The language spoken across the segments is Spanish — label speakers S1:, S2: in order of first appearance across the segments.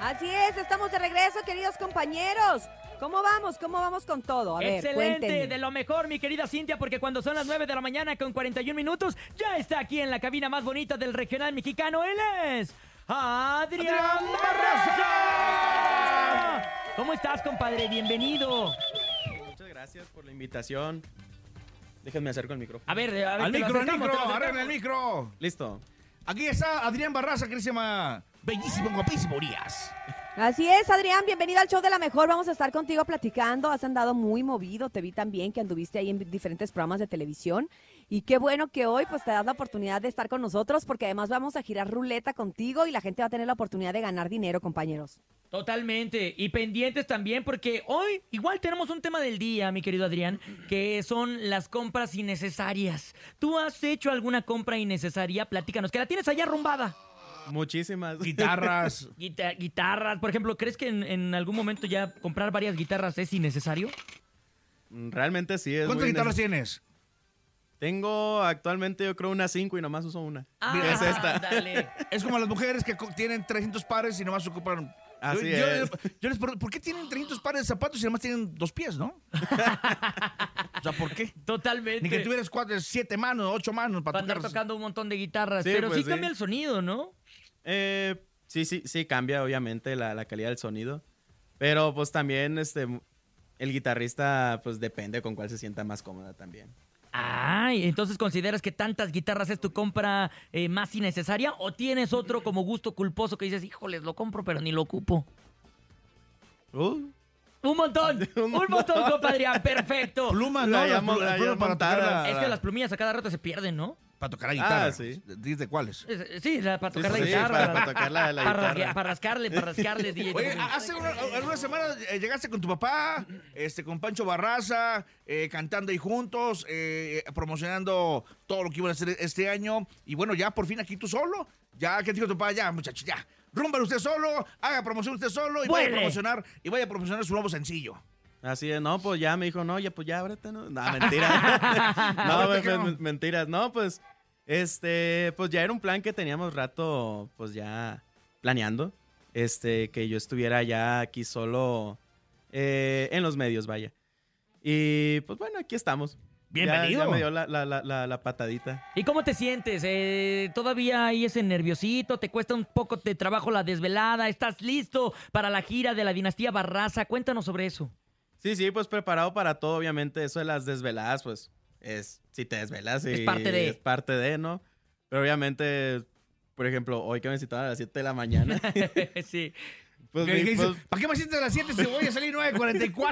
S1: Así es, estamos de regreso, queridos compañeros. ¿Cómo vamos? ¿Cómo vamos con todo? A ver,
S2: Excelente,
S1: cuéntenme.
S2: de lo mejor, mi querida Cintia, porque cuando son las 9 de la mañana con 41 minutos, ya está aquí en la cabina más bonita del regional mexicano. Él es Adrián
S3: ¡Adrián
S2: Barraza. ¿Cómo estás, compadre? Bienvenido.
S4: Muchas gracias por la invitación. Déjenme acerco el micrófono.
S2: A ver, a ver,
S3: Al
S2: te lo
S3: micro, al
S2: acercamos,
S3: micro,
S2: te lo
S3: agarren el
S2: acercamos.
S3: micro.
S4: Listo.
S3: Aquí está Adrián Barraza, que se llama Bellísimo, guapísimo Urias.
S1: Así es, Adrián, bienvenido al show de la mejor. Vamos a estar contigo platicando. Has andado muy movido, te vi también que anduviste ahí en diferentes programas de televisión. Y qué bueno que hoy pues te das la oportunidad de estar con nosotros porque además vamos a girar ruleta contigo y la gente va a tener la oportunidad de ganar dinero, compañeros.
S2: Totalmente. Y pendientes también, porque hoy igual tenemos un tema del día, mi querido Adrián, que son las compras innecesarias. ¿Tú has hecho alguna compra innecesaria? Platícanos, que la tienes allá arrumbada.
S4: Muchísimas.
S3: Guitarras.
S2: Guita- guitarras, por ejemplo, ¿crees que en, en algún momento ya comprar varias guitarras es innecesario?
S4: Mm, Realmente sí es.
S3: ¿Cuántas
S4: muy
S3: guitarras tienes?
S4: neces- Tengo actualmente yo creo unas cinco y nomás uso una.
S2: Ah,
S4: Que es esta.
S2: Dale.
S3: Es como las mujeres que co- tienen 300 pares y nomás ocupan...
S4: Así
S3: yo, yo-
S4: es.
S3: yo les pregunto, ¿por qué tienen 300 pares de zapatos y además tienen dos pies, no? o sea, ¿por qué?
S2: Totalmente.
S3: Ni que tuvieras cuatro, siete manos, ocho manos para,
S2: para andar
S3: tocar.
S2: tocando un montón de guitarras.
S4: Sí,
S2: pero
S4: pues,
S2: sí,
S4: sí.
S2: cambia el sonido, ¿no?
S4: Eh, sí, sí, sí, cambia obviamente la, la calidad del sonido. Pero pues también este, el guitarrista pues depende con cuál se sienta más cómoda también.
S2: Ay, entonces consideras que tantas guitarras es tu compra eh, más innecesaria o tienes otro como gusto culposo que dices, híjoles, lo compro pero ni lo ocupo.
S4: Uh,
S2: Un montón, un
S4: montón.
S2: montón, compadrián, perfecto.
S3: Plumas,
S4: La
S3: ¿no? Las
S4: llamo-
S3: plu-
S4: la
S3: las plumas
S4: llamo
S3: para tocar,
S4: montada.
S3: la-
S2: Es que las plumillas a cada rato se pierden, ¿no?
S3: para tocar la guitarra.
S4: Ah, sí.
S3: Dices de cuáles.
S2: Es- Sí, la- para
S4: sí,
S2: tocar
S4: sí,
S2: la
S4: sí,
S2: guitarra.
S4: para- para tocar la- la
S2: para rasgue-
S4: guitarra.
S2: para rascarle, para rascarle, DJ.
S3: Oye, hace una, algunas semanas eh, llegaste con tu papá, este, con Pancho Barraza, eh, cantando ahí juntos, eh, promocionando todo lo que iban a hacer este año. Y bueno, ya por fin aquí tú solo. Ya, ¿qué te dijo tu papá? Ya, muchachos, ya. Rumba usted solo, haga promoción usted solo y vaya a
S2: Vuele.
S3: promocionar, y vaya a promocionar su nuevo sencillo.
S4: Así es, no, pues ya me dijo, no, ya pues ya ábrete, ¿no? No, mentira. no,
S3: Ábrete,
S4: me- me-
S3: cabrón.
S4: mentiras. No, pues, este, pues ya era un plan que teníamos rato, pues ya planeando. Este, que yo estuviera ya aquí solo eh, en los medios, vaya. Y pues bueno, aquí estamos. Ya-
S3: Bienvenido.
S4: Ya, me dio la, la- la- la- la patadita.
S2: ¿Y cómo te sientes? Eh, ¿Todavía hay ese nerviosito? ¿Te cuesta un poco de trabajo la desvelada? ¿Estás listo para la gira de la dinastía Barraza? Cuéntanos sobre eso.
S4: Sí, sí, pues preparado para todo, obviamente. Eso de las desveladas, pues, es, si te desvelas.
S2: Es
S4: y
S2: parte de.
S4: Es parte de, ¿no? Pero obviamente, por ejemplo, hoy que me citaron a las 7 de la mañana.
S2: sí.
S4: Pues,
S3: Que- que
S4: mi-
S3: dices,
S4: pues,
S3: ¿Para qué me sientes a las 7 si voy a salir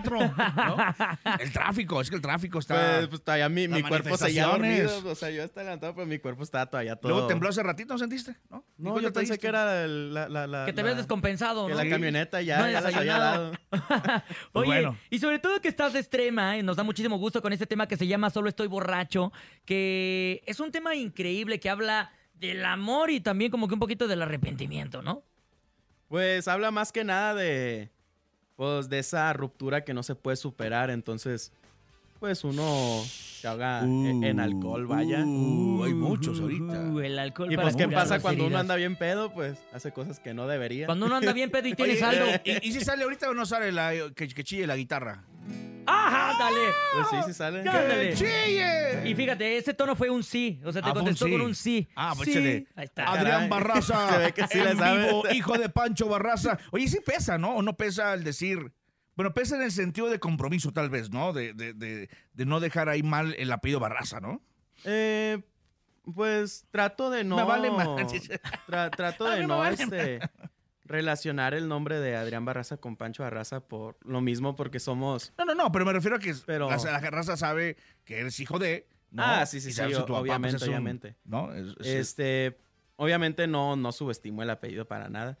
S3: 9.44? ¿No? El tráfico, es que el tráfico está...
S4: pues, pues, todavía mi,
S3: las
S4: mi cuerpo seguía
S3: manifestaciones.
S4: dormido. O sea, yo estaba levantado, pero mi cuerpo estaba todavía todo.
S3: Luego tembló hace ratito, ¿no sentiste? No, Ni
S4: No,
S3: cuenta
S4: yo
S3: te
S4: pensé
S3: diste.
S4: que era el- la, la, la-
S2: Que te
S4: la-
S2: ves descompensado,
S4: Ah, Que
S2: ¿no?
S4: la Pues camioneta ya,
S2: No
S4: ya las había
S2: desayunado.
S4: dado.
S2: Oye,
S3: bueno.
S2: y sobre todo que estás de extrema, ¿eh? nos da muchísimo gusto con este tema que se llama Solo estoy borracho, que es un tema increíble que habla del amor y también como que un poquito del arrepentimiento, ¿no?
S4: Pues habla más que nada de. Pues de esa ruptura que no se puede superar. Entonces, pues uno se haga en, e-, en alcohol, vaya.
S3: Uh, hay muchos
S2: Uh,
S3: ahorita.
S2: el alcohol
S4: y
S2: para
S4: pues, ¿qué
S2: curar
S4: pasa
S2: las
S4: cuando uno
S2: heridas.
S4: anda bien pedo? Pues hace cosas que no debería.
S2: Cuando uno anda bien pedo y tienes
S3: Oye, eh,
S2: algo.
S4: eh,
S3: ¿Y, y si sale ahorita o no sale la, que, que chille la guitarra?
S2: ¡Ajá, dale!
S4: Pues sí, sí sale.
S2: Ya. Ándale.
S3: ¡Que chille!
S2: Y fíjate, ese tono fue un sí. O sea, te
S3: Ah, fue un
S2: contestó
S3: sí.
S2: con un sí.
S3: Ah, pues,
S2: sí.
S3: échale.
S2: Ahí está.
S3: Adrián
S4: Caray.
S3: Barraza.
S4: Se ve que sí
S3: en
S4: la sabe.
S3: vivo, hijo de Pancho Barraza. Oye, sí pesa, ¿no? O no pesa el decir. Bueno, pesa en el sentido de compromiso, tal vez, ¿no? De, de, de, de no dejar ahí mal el apellido Barraza, ¿no?
S4: Eh, pues trato de no.
S3: Me vale más.
S4: Tra- trato
S3: A
S4: de
S3: mí me
S4: no
S3: vale
S4: este, relacionar el nombre de Adrián Barraza con Pancho Barraza por lo mismo, porque somos.
S3: No, no, no, pero me refiero a que
S4: Pero-
S3: la, la raza sabe que eres hijo de. ¿no?
S4: Ah, sí, sí,
S3: Y
S4: sí,
S3: sabes que
S4: o-
S3: tu papá,
S4: obviamente,
S3: pues, es un-
S4: obviamente.
S3: ¿No? Es- es-
S4: Este. Obviamente no, no subestimo el apellido para nada.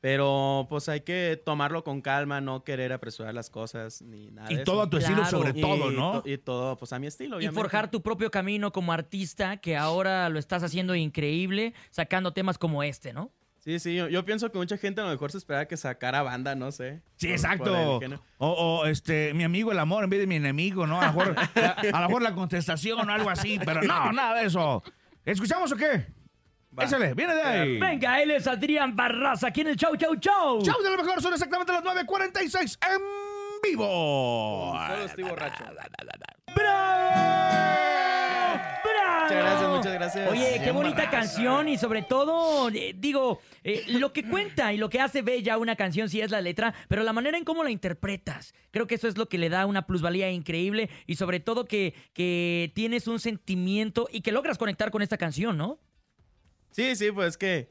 S4: Pero pues hay que tomarlo con calma, no querer apresurar las cosas ni nada. de
S3: y
S4: eso.
S3: todo a tu estilo,
S2: Claro.
S3: sobre
S4: Y
S3: todo, ¿no?
S4: to- Y todo, pues a mi
S2: Y
S4: estilo, obviamente.
S2: forjar tu propio camino como artista, que ahora lo estás haciendo increíble, sacando temas como este, ¿no?
S4: Sí, sí, yo, yo pienso que mucha gente a lo mejor se esperaba que sacara banda, no sé.
S3: Sí,
S4: por- por
S3: exacto.
S4: el género.
S3: o, o, este, mi amigo el amor en vez de mi enemigo, ¿no? A lo mejor, a, lo mejor la contestación o algo así, pero no, nada de eso. ¿Escuchamos o qué?
S4: Va.
S3: Échale, viene de ahí.
S2: Venga, él es Adrián Barraza. Aquí en el Chau Chau Chau.
S3: Chau de lo mejor, son exactamente las 9.46 en vivo.
S4: Solo estoy borracho.
S2: ¡Bravo! ¡Bravo!
S4: Muchas gracias, muchas gracias.
S2: Oye, qué
S3: Bien
S2: bonita
S3: barraza.
S2: canción y sobre todo, eh, digo, eh, lo que cuenta y lo que hace bella una canción sí es la letra, pero la manera en cómo la interpretas. Creo que eso es lo que le da una plusvalía increíble y sobre todo que, que tienes un sentimiento y que logras conectar con esta canción, ¿no?
S4: Sí, sí, pues que.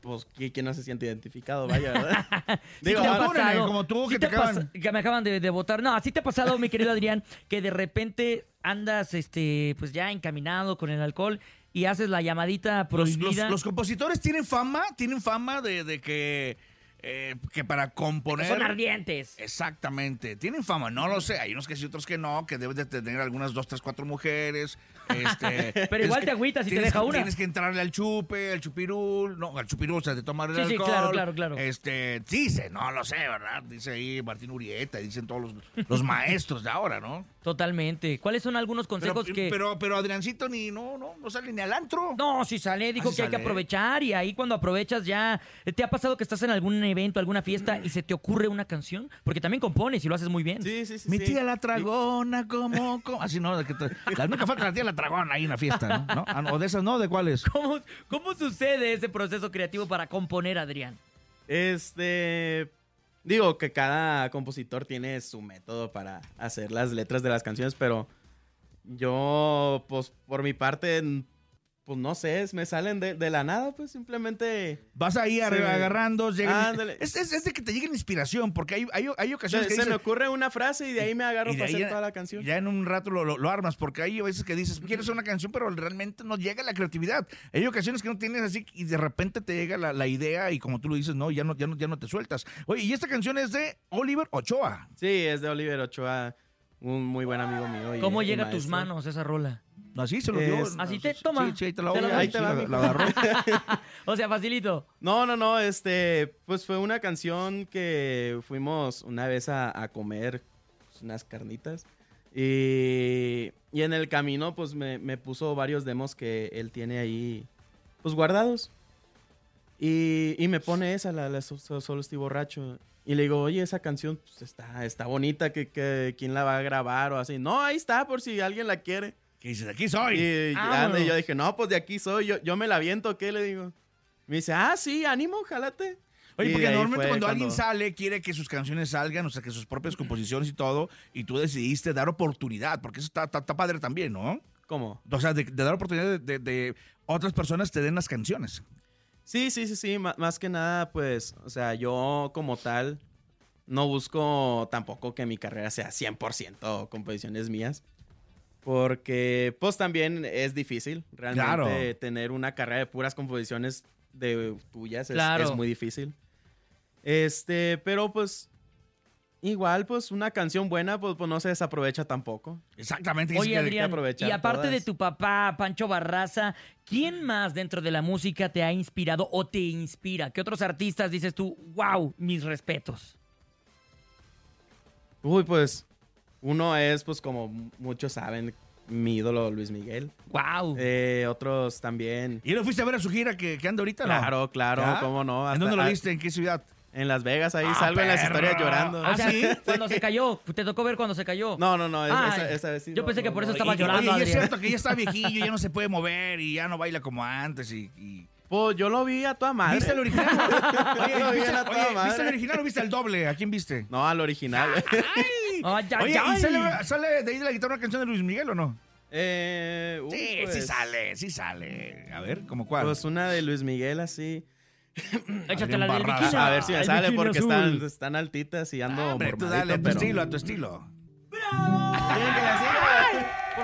S4: Pues, ¿qui- ¿quién no se siente identificado? Vaya, ¿verdad? Digo,
S3: te acuerdas.
S4: ah, no,
S3: Ponen ahí como tú,
S2: sí
S3: que te
S2: ha pas-
S3: acaban-
S2: que me acaban de, de votar. No, así te ha pasado, mi querido Adrián, que de repente andas, este, pues ya encaminado con el alcohol y haces la llamadita
S3: Los, los-
S2: prohibida.
S3: los compositores tienen fama, tienen fama de, de que, eh, que para componer...
S2: Son ardientes.
S3: Exactamente, tienen fama, no lo sé, hay unos que sí, otros que no, que debes de tener algunas dos, tres, cuatro mujeres. Este, tienes
S2: igual
S3: que-
S2: te agüitas si te
S3: tienes
S2: deja
S3: que-
S2: una.
S3: Tienes que entrarle al chupe, al chupirul, no, al chupirul, o sea, de tomar el
S2: Sí, sí,
S3: alcohol.
S2: claro, claro, claro.
S3: Este, dice, no lo sé, ¿verdad? Dice ahí Martín Urieta, dicen todos los, los maestros de ahora, ¿no?
S2: Totalmente. ¿Cuáles son algunos
S3: Pero,
S2: consejos que.?
S3: pero, pero Adriancito ni, no, no, no sale ni al antro.
S2: No, si sale, dijo
S3: Ah, sí
S2: que hay que
S3: sale.
S2: aprovechar y ahí cuando aprovechas ya. ¿Te ha pasado que estás en algún evento, alguna fiesta y se te ocurre una canción? Porque también compones y lo haces muy bien.
S4: Sí, sí, sí.
S3: Mi
S4: sí.
S3: tía la tragona, como, como. Así no, de que te- la nunca falta la tía la tragona ahí en la fiesta, ¿no? ¿No? Ah, no, ¿O de esas no? ¿De cuáles?
S2: ¿Cómo, ¿Cómo sucede ese proceso creativo para componer, Adrián?
S4: Este. Digo que cada compositor tiene su método para hacer las letras de las canciones, pero yo, pues, por mi parte, n- pues no sé, es- me salen de, de la nada, pues simplemente.
S3: Vas ahí ar-
S4: Sí.
S3: agarrando, llega-
S4: Ándale.
S3: Es, es- es de que te llegue la inspiración, porque hay, hay, hay
S4: Se,
S3: ocasiones que
S4: se me
S3: dices-
S4: ocurre una frase y de ahí me agarro
S3: y de
S4: para
S3: ahí
S4: hacer
S3: en-
S4: toda la canción.
S3: Ya en un rato lo, lo- lo armas, porque hay veces que dices, quiero hacer una canción, pero realmente no llega la creatividad. Hay ocasiones que no tienes así y de repente te llega la, la idea y como tú lo dices, no, ya no, ya no, ya no te sueltas. Oye, y esta canción es de Oliver Ochoa.
S4: Sí, es de Oliver Ochoa, un muy buen amigo mío. y-
S2: ¿Cómo
S4: y
S2: llega a tus
S4: maestro.
S2: manos esa rola?
S3: Así se lo dio.
S4: Es-
S2: Así te
S3: Sí,
S2: toma.
S3: Sí, ahí te la
S2: Te la
S3: doy.
S2: doy.
S3: Ahí te la, la agarró.
S2: O sea, facilito.
S4: No, no, no, este, pues fue una canción que fuimos una vez a, a comer pues, unas carnitas y, y en el camino pues me, me puso varios demos que él tiene ahí pues guardados y, y me pone esa, la, la so- so- Solo estoy borracho y le digo, oye, esa canción pues, está, está bonita, que, que- ¿quién la va a grabar o así? No, ahí está por si alguien la quiere.
S3: Que dices, aquí soy.
S4: Y,
S2: Vámonos.
S4: anda, y yo dije, no, pues de aquí soy, yo, yo me la viento, ¿qué le digo? Me dice, ah, sí, ánimo, jálate.
S3: Oye,
S4: Y
S3: porque
S4: de ahí
S3: normalmente
S4: fue
S3: cuando, alguien sale, quiere que sus canciones salgan, o sea, que sus propias composiciones y todo, y tú decidiste dar oportunidad, porque eso está, está- está padre también, ¿no?
S4: ¿Cómo?
S3: O sea, de, de dar oportunidad de, de- de otras personas te den las canciones.
S4: Sí, sí, sí, sí, ma- más que nada, pues, o sea, yo como tal no busco tampoco que mi carrera sea 100% composiciones mías. Porque, pues, también es difícil realmente
S3: Claro.
S4: tener una carrera de puras composiciones de tuyas. es-
S2: Claro.
S4: Es, muy difícil. Este, pero pues, igual, pues, una canción buena, pues, pues, no se desaprovecha tampoco.
S3: Exactamente.
S2: Oye,
S3: dice que-
S2: Adrián,
S4: aprovechar
S2: y aparte
S4: todas.
S2: de tu papá, Pancho Barraza, ¿quién más dentro de la música te ha inspirado o te inspira? ¿Qué otros artistas dices tú, wow, mis respetos?
S4: Uy, pues, uno es, pues, como muchos saben, mi ídolo Luis Miguel.
S2: Wow.
S4: Eh, otros también.
S3: ¿Y lo fuiste a ver a su gira que, que anda ahorita? no?
S4: Claro, claro,
S3: ¿Ya?
S4: cómo no.
S3: ¿En
S4: hasta-
S3: dónde lo
S4: ah,
S3: viste? ¿En qué ciudad?
S4: En Las Vegas, ahí
S3: Ah,
S4: salgo en las
S3: perro. Ah,
S4: historias llorando.
S2: o sea,
S3: ¿sí?
S2: Ah, cuando se cayó, te tocó ver cuando se cayó.
S4: ¿ah, No, no, no, es-
S2: Ah,
S4: esa, esa vez sí
S2: yo
S4: no,
S2: pensé que
S4: no,
S2: por eso
S4: no,
S2: estaba
S4: y-
S2: llorando,
S3: Oye, y es
S2: Adrián.
S3: cierto que ya está viejillo, ya no se puede mover y ya no baila como antes. Y, y-
S4: Pues yo lo vi a toda madre.
S3: ¿Viste el original? Oye,
S4: ¿eh? Lo vi
S3: ¿viste,
S4: en la
S3: oye,
S4: toda madre.
S3: ¿viste el original o viste el doble? ¿A quién viste?
S4: No, al original.
S3: Ah.
S2: Ay, ay,
S3: Oye, ¿y
S2: ay.
S3: sale, sale de ahí de la guitarra una canción de Luis Miguel o no?
S4: Eh, uy,
S3: sí, sí
S4: pues,
S3: sale, sí sale. A ver, ¿cómo cuál?
S4: Pues una de Luis Miguel así.
S2: Échate la del bikini.
S3: Adrián Barraza.
S4: A ver si me
S2: El
S4: sale
S2: bikini
S4: porque
S2: azul.
S4: están, están altitas y ando
S3: Ah, Hombre, tú
S4: mormadito,
S3: dale, a tu
S4: pero-
S3: estilo, a tu estilo.
S4: Quieren que la siga?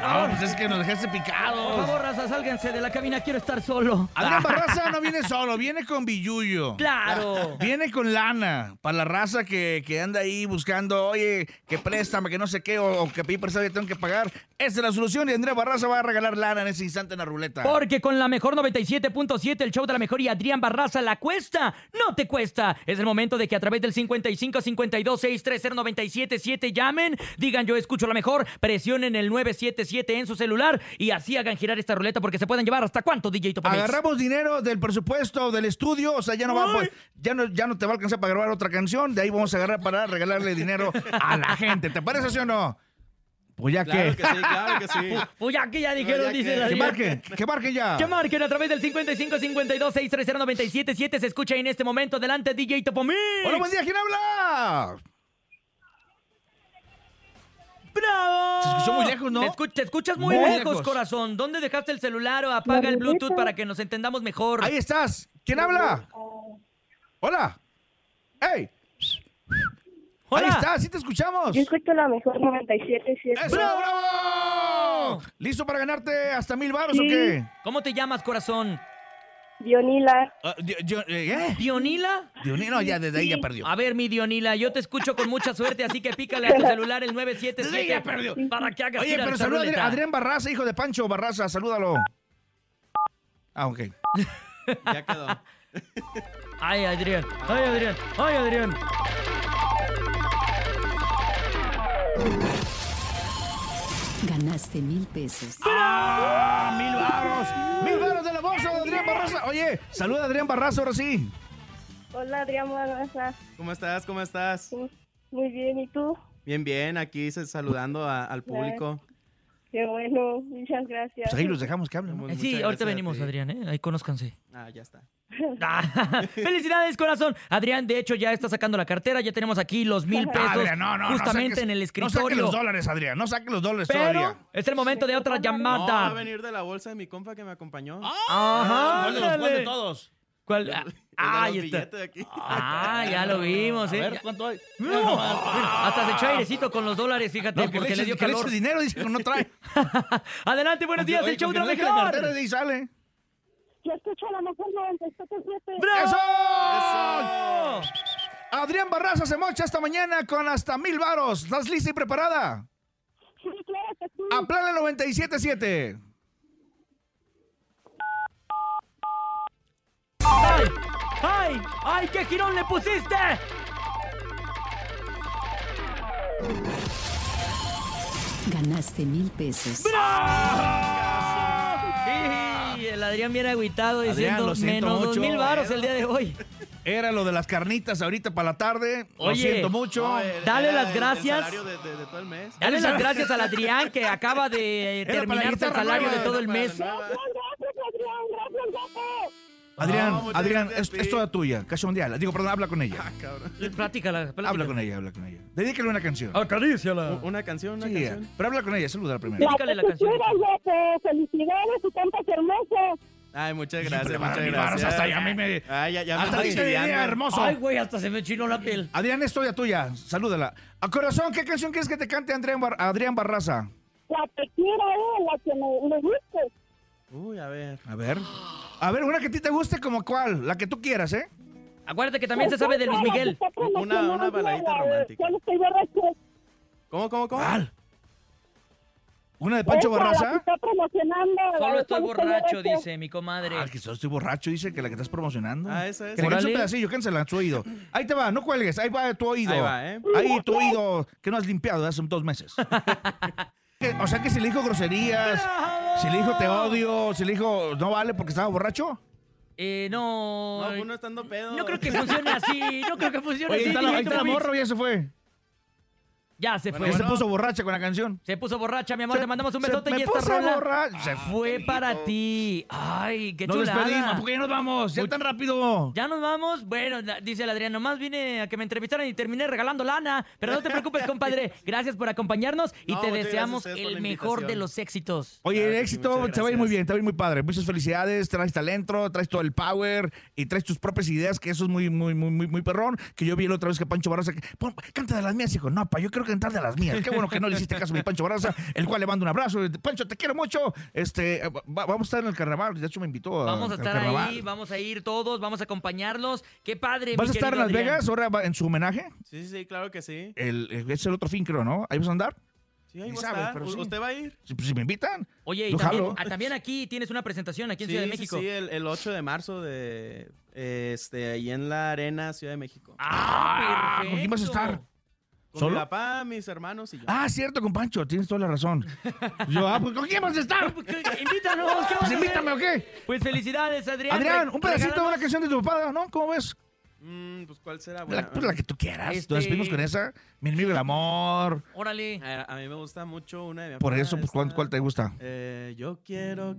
S3: No, pues es que nos dejaste picados. Ah.
S2: Por favor, raza, sálganse de la cabina, quiero estar solo.
S3: Adrián Barraza no viene solo, viene con Billuyo.
S2: ¡Claro!
S3: Viene con lana para la raza que, que anda ahí buscando, oye, que préstame, que no sé qué, o, o que pedí prestado y tengo que pagar. Esa es la solución y Andrea Barraza va a regalar lana en ese instante en la ruleta.
S2: Porque con la mejor 97.7, el show de la mejor y Adrián Barraza, la cuesta no te cuesta. Es el momento de que a través del 55 52 630 97 7 llamen, digan yo escucho la mejor, presionen el 977 7 en su celular y así hagan girar esta ruleta porque se pueden llevar hasta cuánto, DJ Topomix.
S3: Agarramos dinero del presupuesto del estudio, o sea, ya no va, pues, ya no, ya no te va a alcanzar para grabar otra canción, de ahí vamos a agarrar para regalarle dinero a la gente. ¿Te parece sí o no? Pues ya
S4: Claro
S3: que.
S4: que sí, claro que sí.
S2: Pues ya que ya dijeron,
S4: ya
S2: dice
S4: que-
S2: la
S3: Que
S4: ¿Qué
S2: Adriana.
S3: marquen, que marquen ya.
S2: Que marquen a través del 5552-630-977. Se escucha en este momento. Adelante, DJ Topomix.
S3: Hola, buen día, ¿quién habla?
S2: ¡Bravo!
S3: Se escuchó muy lejos, ¿no?
S2: Te, escu- te escuchas muy,
S3: Muy
S2: lejos,
S3: lejos.
S2: corazón. ¿Dónde dejaste el celular o apaga
S5: La
S2: el
S5: ruleta.
S2: Bluetooth para que nos entendamos mejor?
S3: Ahí estás. ¿Quién habla? Ah, Hola. ¡Ey!
S2: Hola.
S3: Ahí está, sí te escuchamos.
S5: Yo escucho la mejor 97, ¿cierto?
S3: ¡Eso, bravo! ¿Listo para ganarte hasta mil baros o
S5: Sí.
S3: qué?
S2: ¿Cómo te llamas, corazón?
S5: Dionila.
S3: Ah, yo- yo- eh, ¿eh?
S2: ¿Dionila?
S3: Dios mío, no, ya desde ahí ya perdió.
S2: A ver, mi Dionila, yo te escucho con mucha suerte, así que pícale a tu celular el
S3: Sí, ya perdió.
S2: 977 para que hagas
S3: Oye,
S2: girar
S3: pero
S2: esa
S3: saluda a Adri-
S2: ruleta.
S3: Adrián Barraza, hijo de Pancho Barraza, salúdalo. Ah, ok.
S4: Ya quedó.
S2: Ay, Adrián. Ay, Adrián. Ay, Adrián.
S6: Ganaste mil pesos.
S3: ¡Ah, mil baros! ¡Mil baros de la bolsa de Adrián Barraza! Oye, saluda a Adrián Barraza ahora sí.
S5: Hola, Adrián Barraza.
S4: ¿Cómo estás? ¿Cómo estás?
S5: Sí, Muy bien, ¿y tú?
S4: Bien, bien, aquí se- saludando a- al público.
S5: Qué bueno, muchas gracias.
S3: Pues ahí los dejamos que hablen. ¿no?
S4: Pues
S2: Eh,
S4: muchas
S2: sí,
S4: gracias
S2: ahorita
S4: a
S2: venimos,
S4: ti.
S2: Adrián, ¿eh? Ahí conózcanse.
S4: Ah, ya está.
S2: Ah, felicidades, corazón. Adrián, de hecho, ya está sacando la cartera. Ya tenemos aquí los mil pesos
S3: Adrián, no, no, no
S2: justamente
S3: saques-
S2: en el
S3: No saque
S2: escritorio.
S3: los dólares, Adrián. No saque los dólares
S2: pero
S3: todavía.
S2: es el momento de otra
S4: No, va
S2: llamada.
S4: a venir de la bolsa de mi compa que me acompañó.
S3: Ah,
S2: Ajá.
S3: ¿Cuál de los- cuál de
S2: ándale.
S3: todos?
S2: ¿Cuál? Ah, ahí está.
S4: está. Aquí.
S2: Ah, ya lo vimos, ¿eh?
S3: A ver, ¿cuánto hay?
S2: No, mira, hasta se echó airecito con los dólares, fíjate,
S3: No, que
S2: porque le
S3: le
S2: dio
S3: eches- que le
S2: calor.
S3: eches dinero, dice que no trae.
S2: Adelante, buenos días,
S3: Oye,
S2: el show
S3: con
S2: de la
S3: que no deje la
S2: mejor.
S3: cartera de ahí sale.
S5: Yo escucho la mejor 97.7.
S2: ¡Bravo!
S3: ¡Eso! Adrián Barraza se mocha esta mañana con hasta mil varos. ¿Estás lista y preparada?
S5: Sí, claro que sí.
S3: Aplana 977.
S2: ¡Ay! ¡Ay! ¡Ay, qué girón le pusiste!
S6: Ganaste mil pesos.
S2: Sí, el Adrián viene agüitado
S3: Adrián,
S2: diciendo
S3: lo siento
S2: menos dos
S3: mucho,
S2: mil varos
S3: eh,
S2: el día de hoy.
S3: Era lo de las carnitas ahorita para la tarde. Lo
S2: Oye.
S3: siento mucho.
S4: No, eh, el-
S2: Dale
S4: era
S2: las
S4: el-
S2: gracias.
S4: El salario de, de- de todo el mes.
S2: Dale las gracias al Adrián que acaba de eh,
S3: Era para la
S2: terminar el
S3: guitarra
S2: salario de
S3: nueva,
S2: todo el
S4: para la
S3: Ah.
S2: mes.
S4: nueva.
S5: Gracias, Adrián. Gracias, Gato.
S3: Adrián,
S4: No, muchas
S3: Adrián,
S4: gracias
S3: es,
S4: a ti.
S3: es toda tuya. Cash Mundial. Digo, perdón, habla con
S4: Ah,
S3: ella.
S2: Platícala, platícala.
S3: Habla con ella, habla con ella. Dedícale una canción.
S2: Acaríciala.
S4: Una canción, una
S3: Sí,
S4: canción.
S3: pero habla con ella, saluda primero.
S5: La
S2: Dedícale la canción.
S5: tesitura, Gato. Felicidades y cantas hermoso.
S4: Ay, muchas
S3: Hombre,
S4: gracias,
S3: para
S4: muchas
S3: mil varos,
S4: gracias.
S3: hasta allá a mí me-
S4: Ay, ya, ya me
S3: Hasta
S4: estoy
S3: dice
S4: chiviando.
S3: día, hermoso.
S2: Ay, güey, hasta se me chinó la piel.
S3: Adrián, es toda tuya. Salúdala. A corazón, ¿qué canción quieres que te cante Adrián, Bar- Adrián Barraza?
S5: La que quiero, eh, la que me, me guste.
S4: Uy, a ver.
S3: A ver. A ver, una que a ti te guste, como cuál. La que tú quieras, ¿eh?
S2: Acuérdate que también se sabe de Luis Miguel.
S4: Una- una baladita romántica.
S5: Yo no estoy borracho.
S4: ¿Cómo, cómo, cómo?
S3: ¿Cuál? ¿Una de Pancho
S5: Esa, la que
S3: Barraza?
S5: está promocionando. la
S2: Solo
S5: de
S2: estoy
S5: Solo
S2: borracho, dice mi comadre.
S3: Ah, que solo estoy borracho, dice que la que estás promocionando.
S4: Ah, esa, esa.
S3: Que le cantes un
S2: Órale.
S3: pedacillo, cánsela en su oído. Ahí te va, no cuelgues, ahí va tu oído.
S4: Ahí va, ¿eh?
S3: Ahí tu oído, que no has limpiado hace dos meses. Que- o sea que si le dijo groserías, si le dijo te odio, si le dijo no vale porque estaba borracho.
S2: Eh, no.
S3: pues
S4: No, uno estando pedo.
S2: No creo que funcione así. No creo que funcione
S3: Oye,
S2: así.
S3: ahí está la, ahí
S2: Dieguito
S3: está la
S2: Ruiz.
S3: morra, ya se fue.
S2: Ya se
S3: Ya
S2: fue.
S3: se puso borracha con la canción.
S2: Se puso borracha, mi amor.
S3: Se-
S2: Te mandamos un
S3: se-
S2: besote
S3: me
S2: y esta
S3: puse
S2: rola
S3: borracha. Se
S2: fue para ti. Ay, qué
S3: Nos
S2: chulada.
S3: despedimos, porque ya nos vamos, ya
S2: Uy.
S3: tan rápido.
S2: Ya nos vamos. Bueno, la- dice el Adrián, nomás vine a que me entrevistaran y terminé regalando lana. Pero no te preocupes, compadre. Gracias por acompañarnos y
S4: No,
S2: te
S4: muchas
S2: deseamos
S4: gracias a ustedes por
S2: el
S4: la
S2: mejor de
S4: invitación.
S2: los éxitos.
S3: Oye,
S4: Claro
S3: el
S4: que sí,
S3: éxito
S4: muchas
S3: te va a ir muy
S4: gracias.
S3: bien, te va a ir muy padre. Muchas felicidades, traes talento, traes todo el power y traes tus propias ideas, que eso es muy, muy, muy, muy, muy perrón. Que yo vi la otra vez que Pancho Barraza, que, "Pon- canta de las mías, hijo. No, pa, yo quiero cantar de las mías. Qué bueno que no le hiciste caso a mi Pancho Barraza, el cual le mando un abrazo. Pancho, te quiero mucho. Este, eh, va- vamos a estar en el carnaval, de hecho me invitó a-
S2: Vamos a
S3: al
S2: estar
S3: carnaval.
S2: ahí, vamos a ir todos, vamos a acompañarlos. Qué padre.
S3: ¿Vas a
S2: mi
S3: estar en
S2: querido
S3: Las
S2: Adrián.
S3: Vegas ahora va- en su homenaje?
S4: Sí, sí, sí, claro que sí.
S3: El, eh, es el otro fin, creo, ¿no? ¿Ahí vas a andar?
S4: Sí, ahí
S3: Ni
S4: va a
S3: sabe,
S4: estar.
S3: pero
S4: U-
S3: sí. pues,
S4: ¿Usted va a ir?
S3: Si, si me invitan.
S2: Oye, y
S3: Yo
S2: también,
S3: jalo.
S2: ah, también aquí tienes una presentación, aquí en
S4: sí,
S2: Ciudad de
S4: sí,
S2: México.
S4: sí, el, el 8 de marzo de... eh, Este, ahí en la arena, Ciudad de México.
S2: Ah,
S3: ¿Con quién vas a
S2: perfecto.
S3: estar?
S4: Con Con
S3: ¿Solo?
S4: mi papá, mis hermanos y yo.
S3: Ah, cierto, con Pancho, tienes toda la razón. Yo, ah, pues ¿con quién vas a estar?
S2: Pues, ¿qué? Invítanos, ¿qué
S3: Pues
S2: vas a
S3: invítame, ¿o
S2: hacer?
S3: qué?
S2: Pues felicidades, Adrián.
S3: Adrián,
S2: Re-
S3: un pedacito de una
S2: regálanos-
S3: canción de tu papá, ¿no? ¿Cómo ves?
S4: Mm, pues, ¿cuál será?
S3: La,
S4: buena?
S3: pues la que tú quieras.
S2: Este-
S3: Nos despedimos con esa. Mil mil el amor.
S2: Órale.
S4: A, a mí me gusta mucho una de mi
S3: Por
S4: papá,
S3: eso, pues, ¿cuál,
S4: esta-
S3: cuál te gusta?
S4: Eh, yo quiero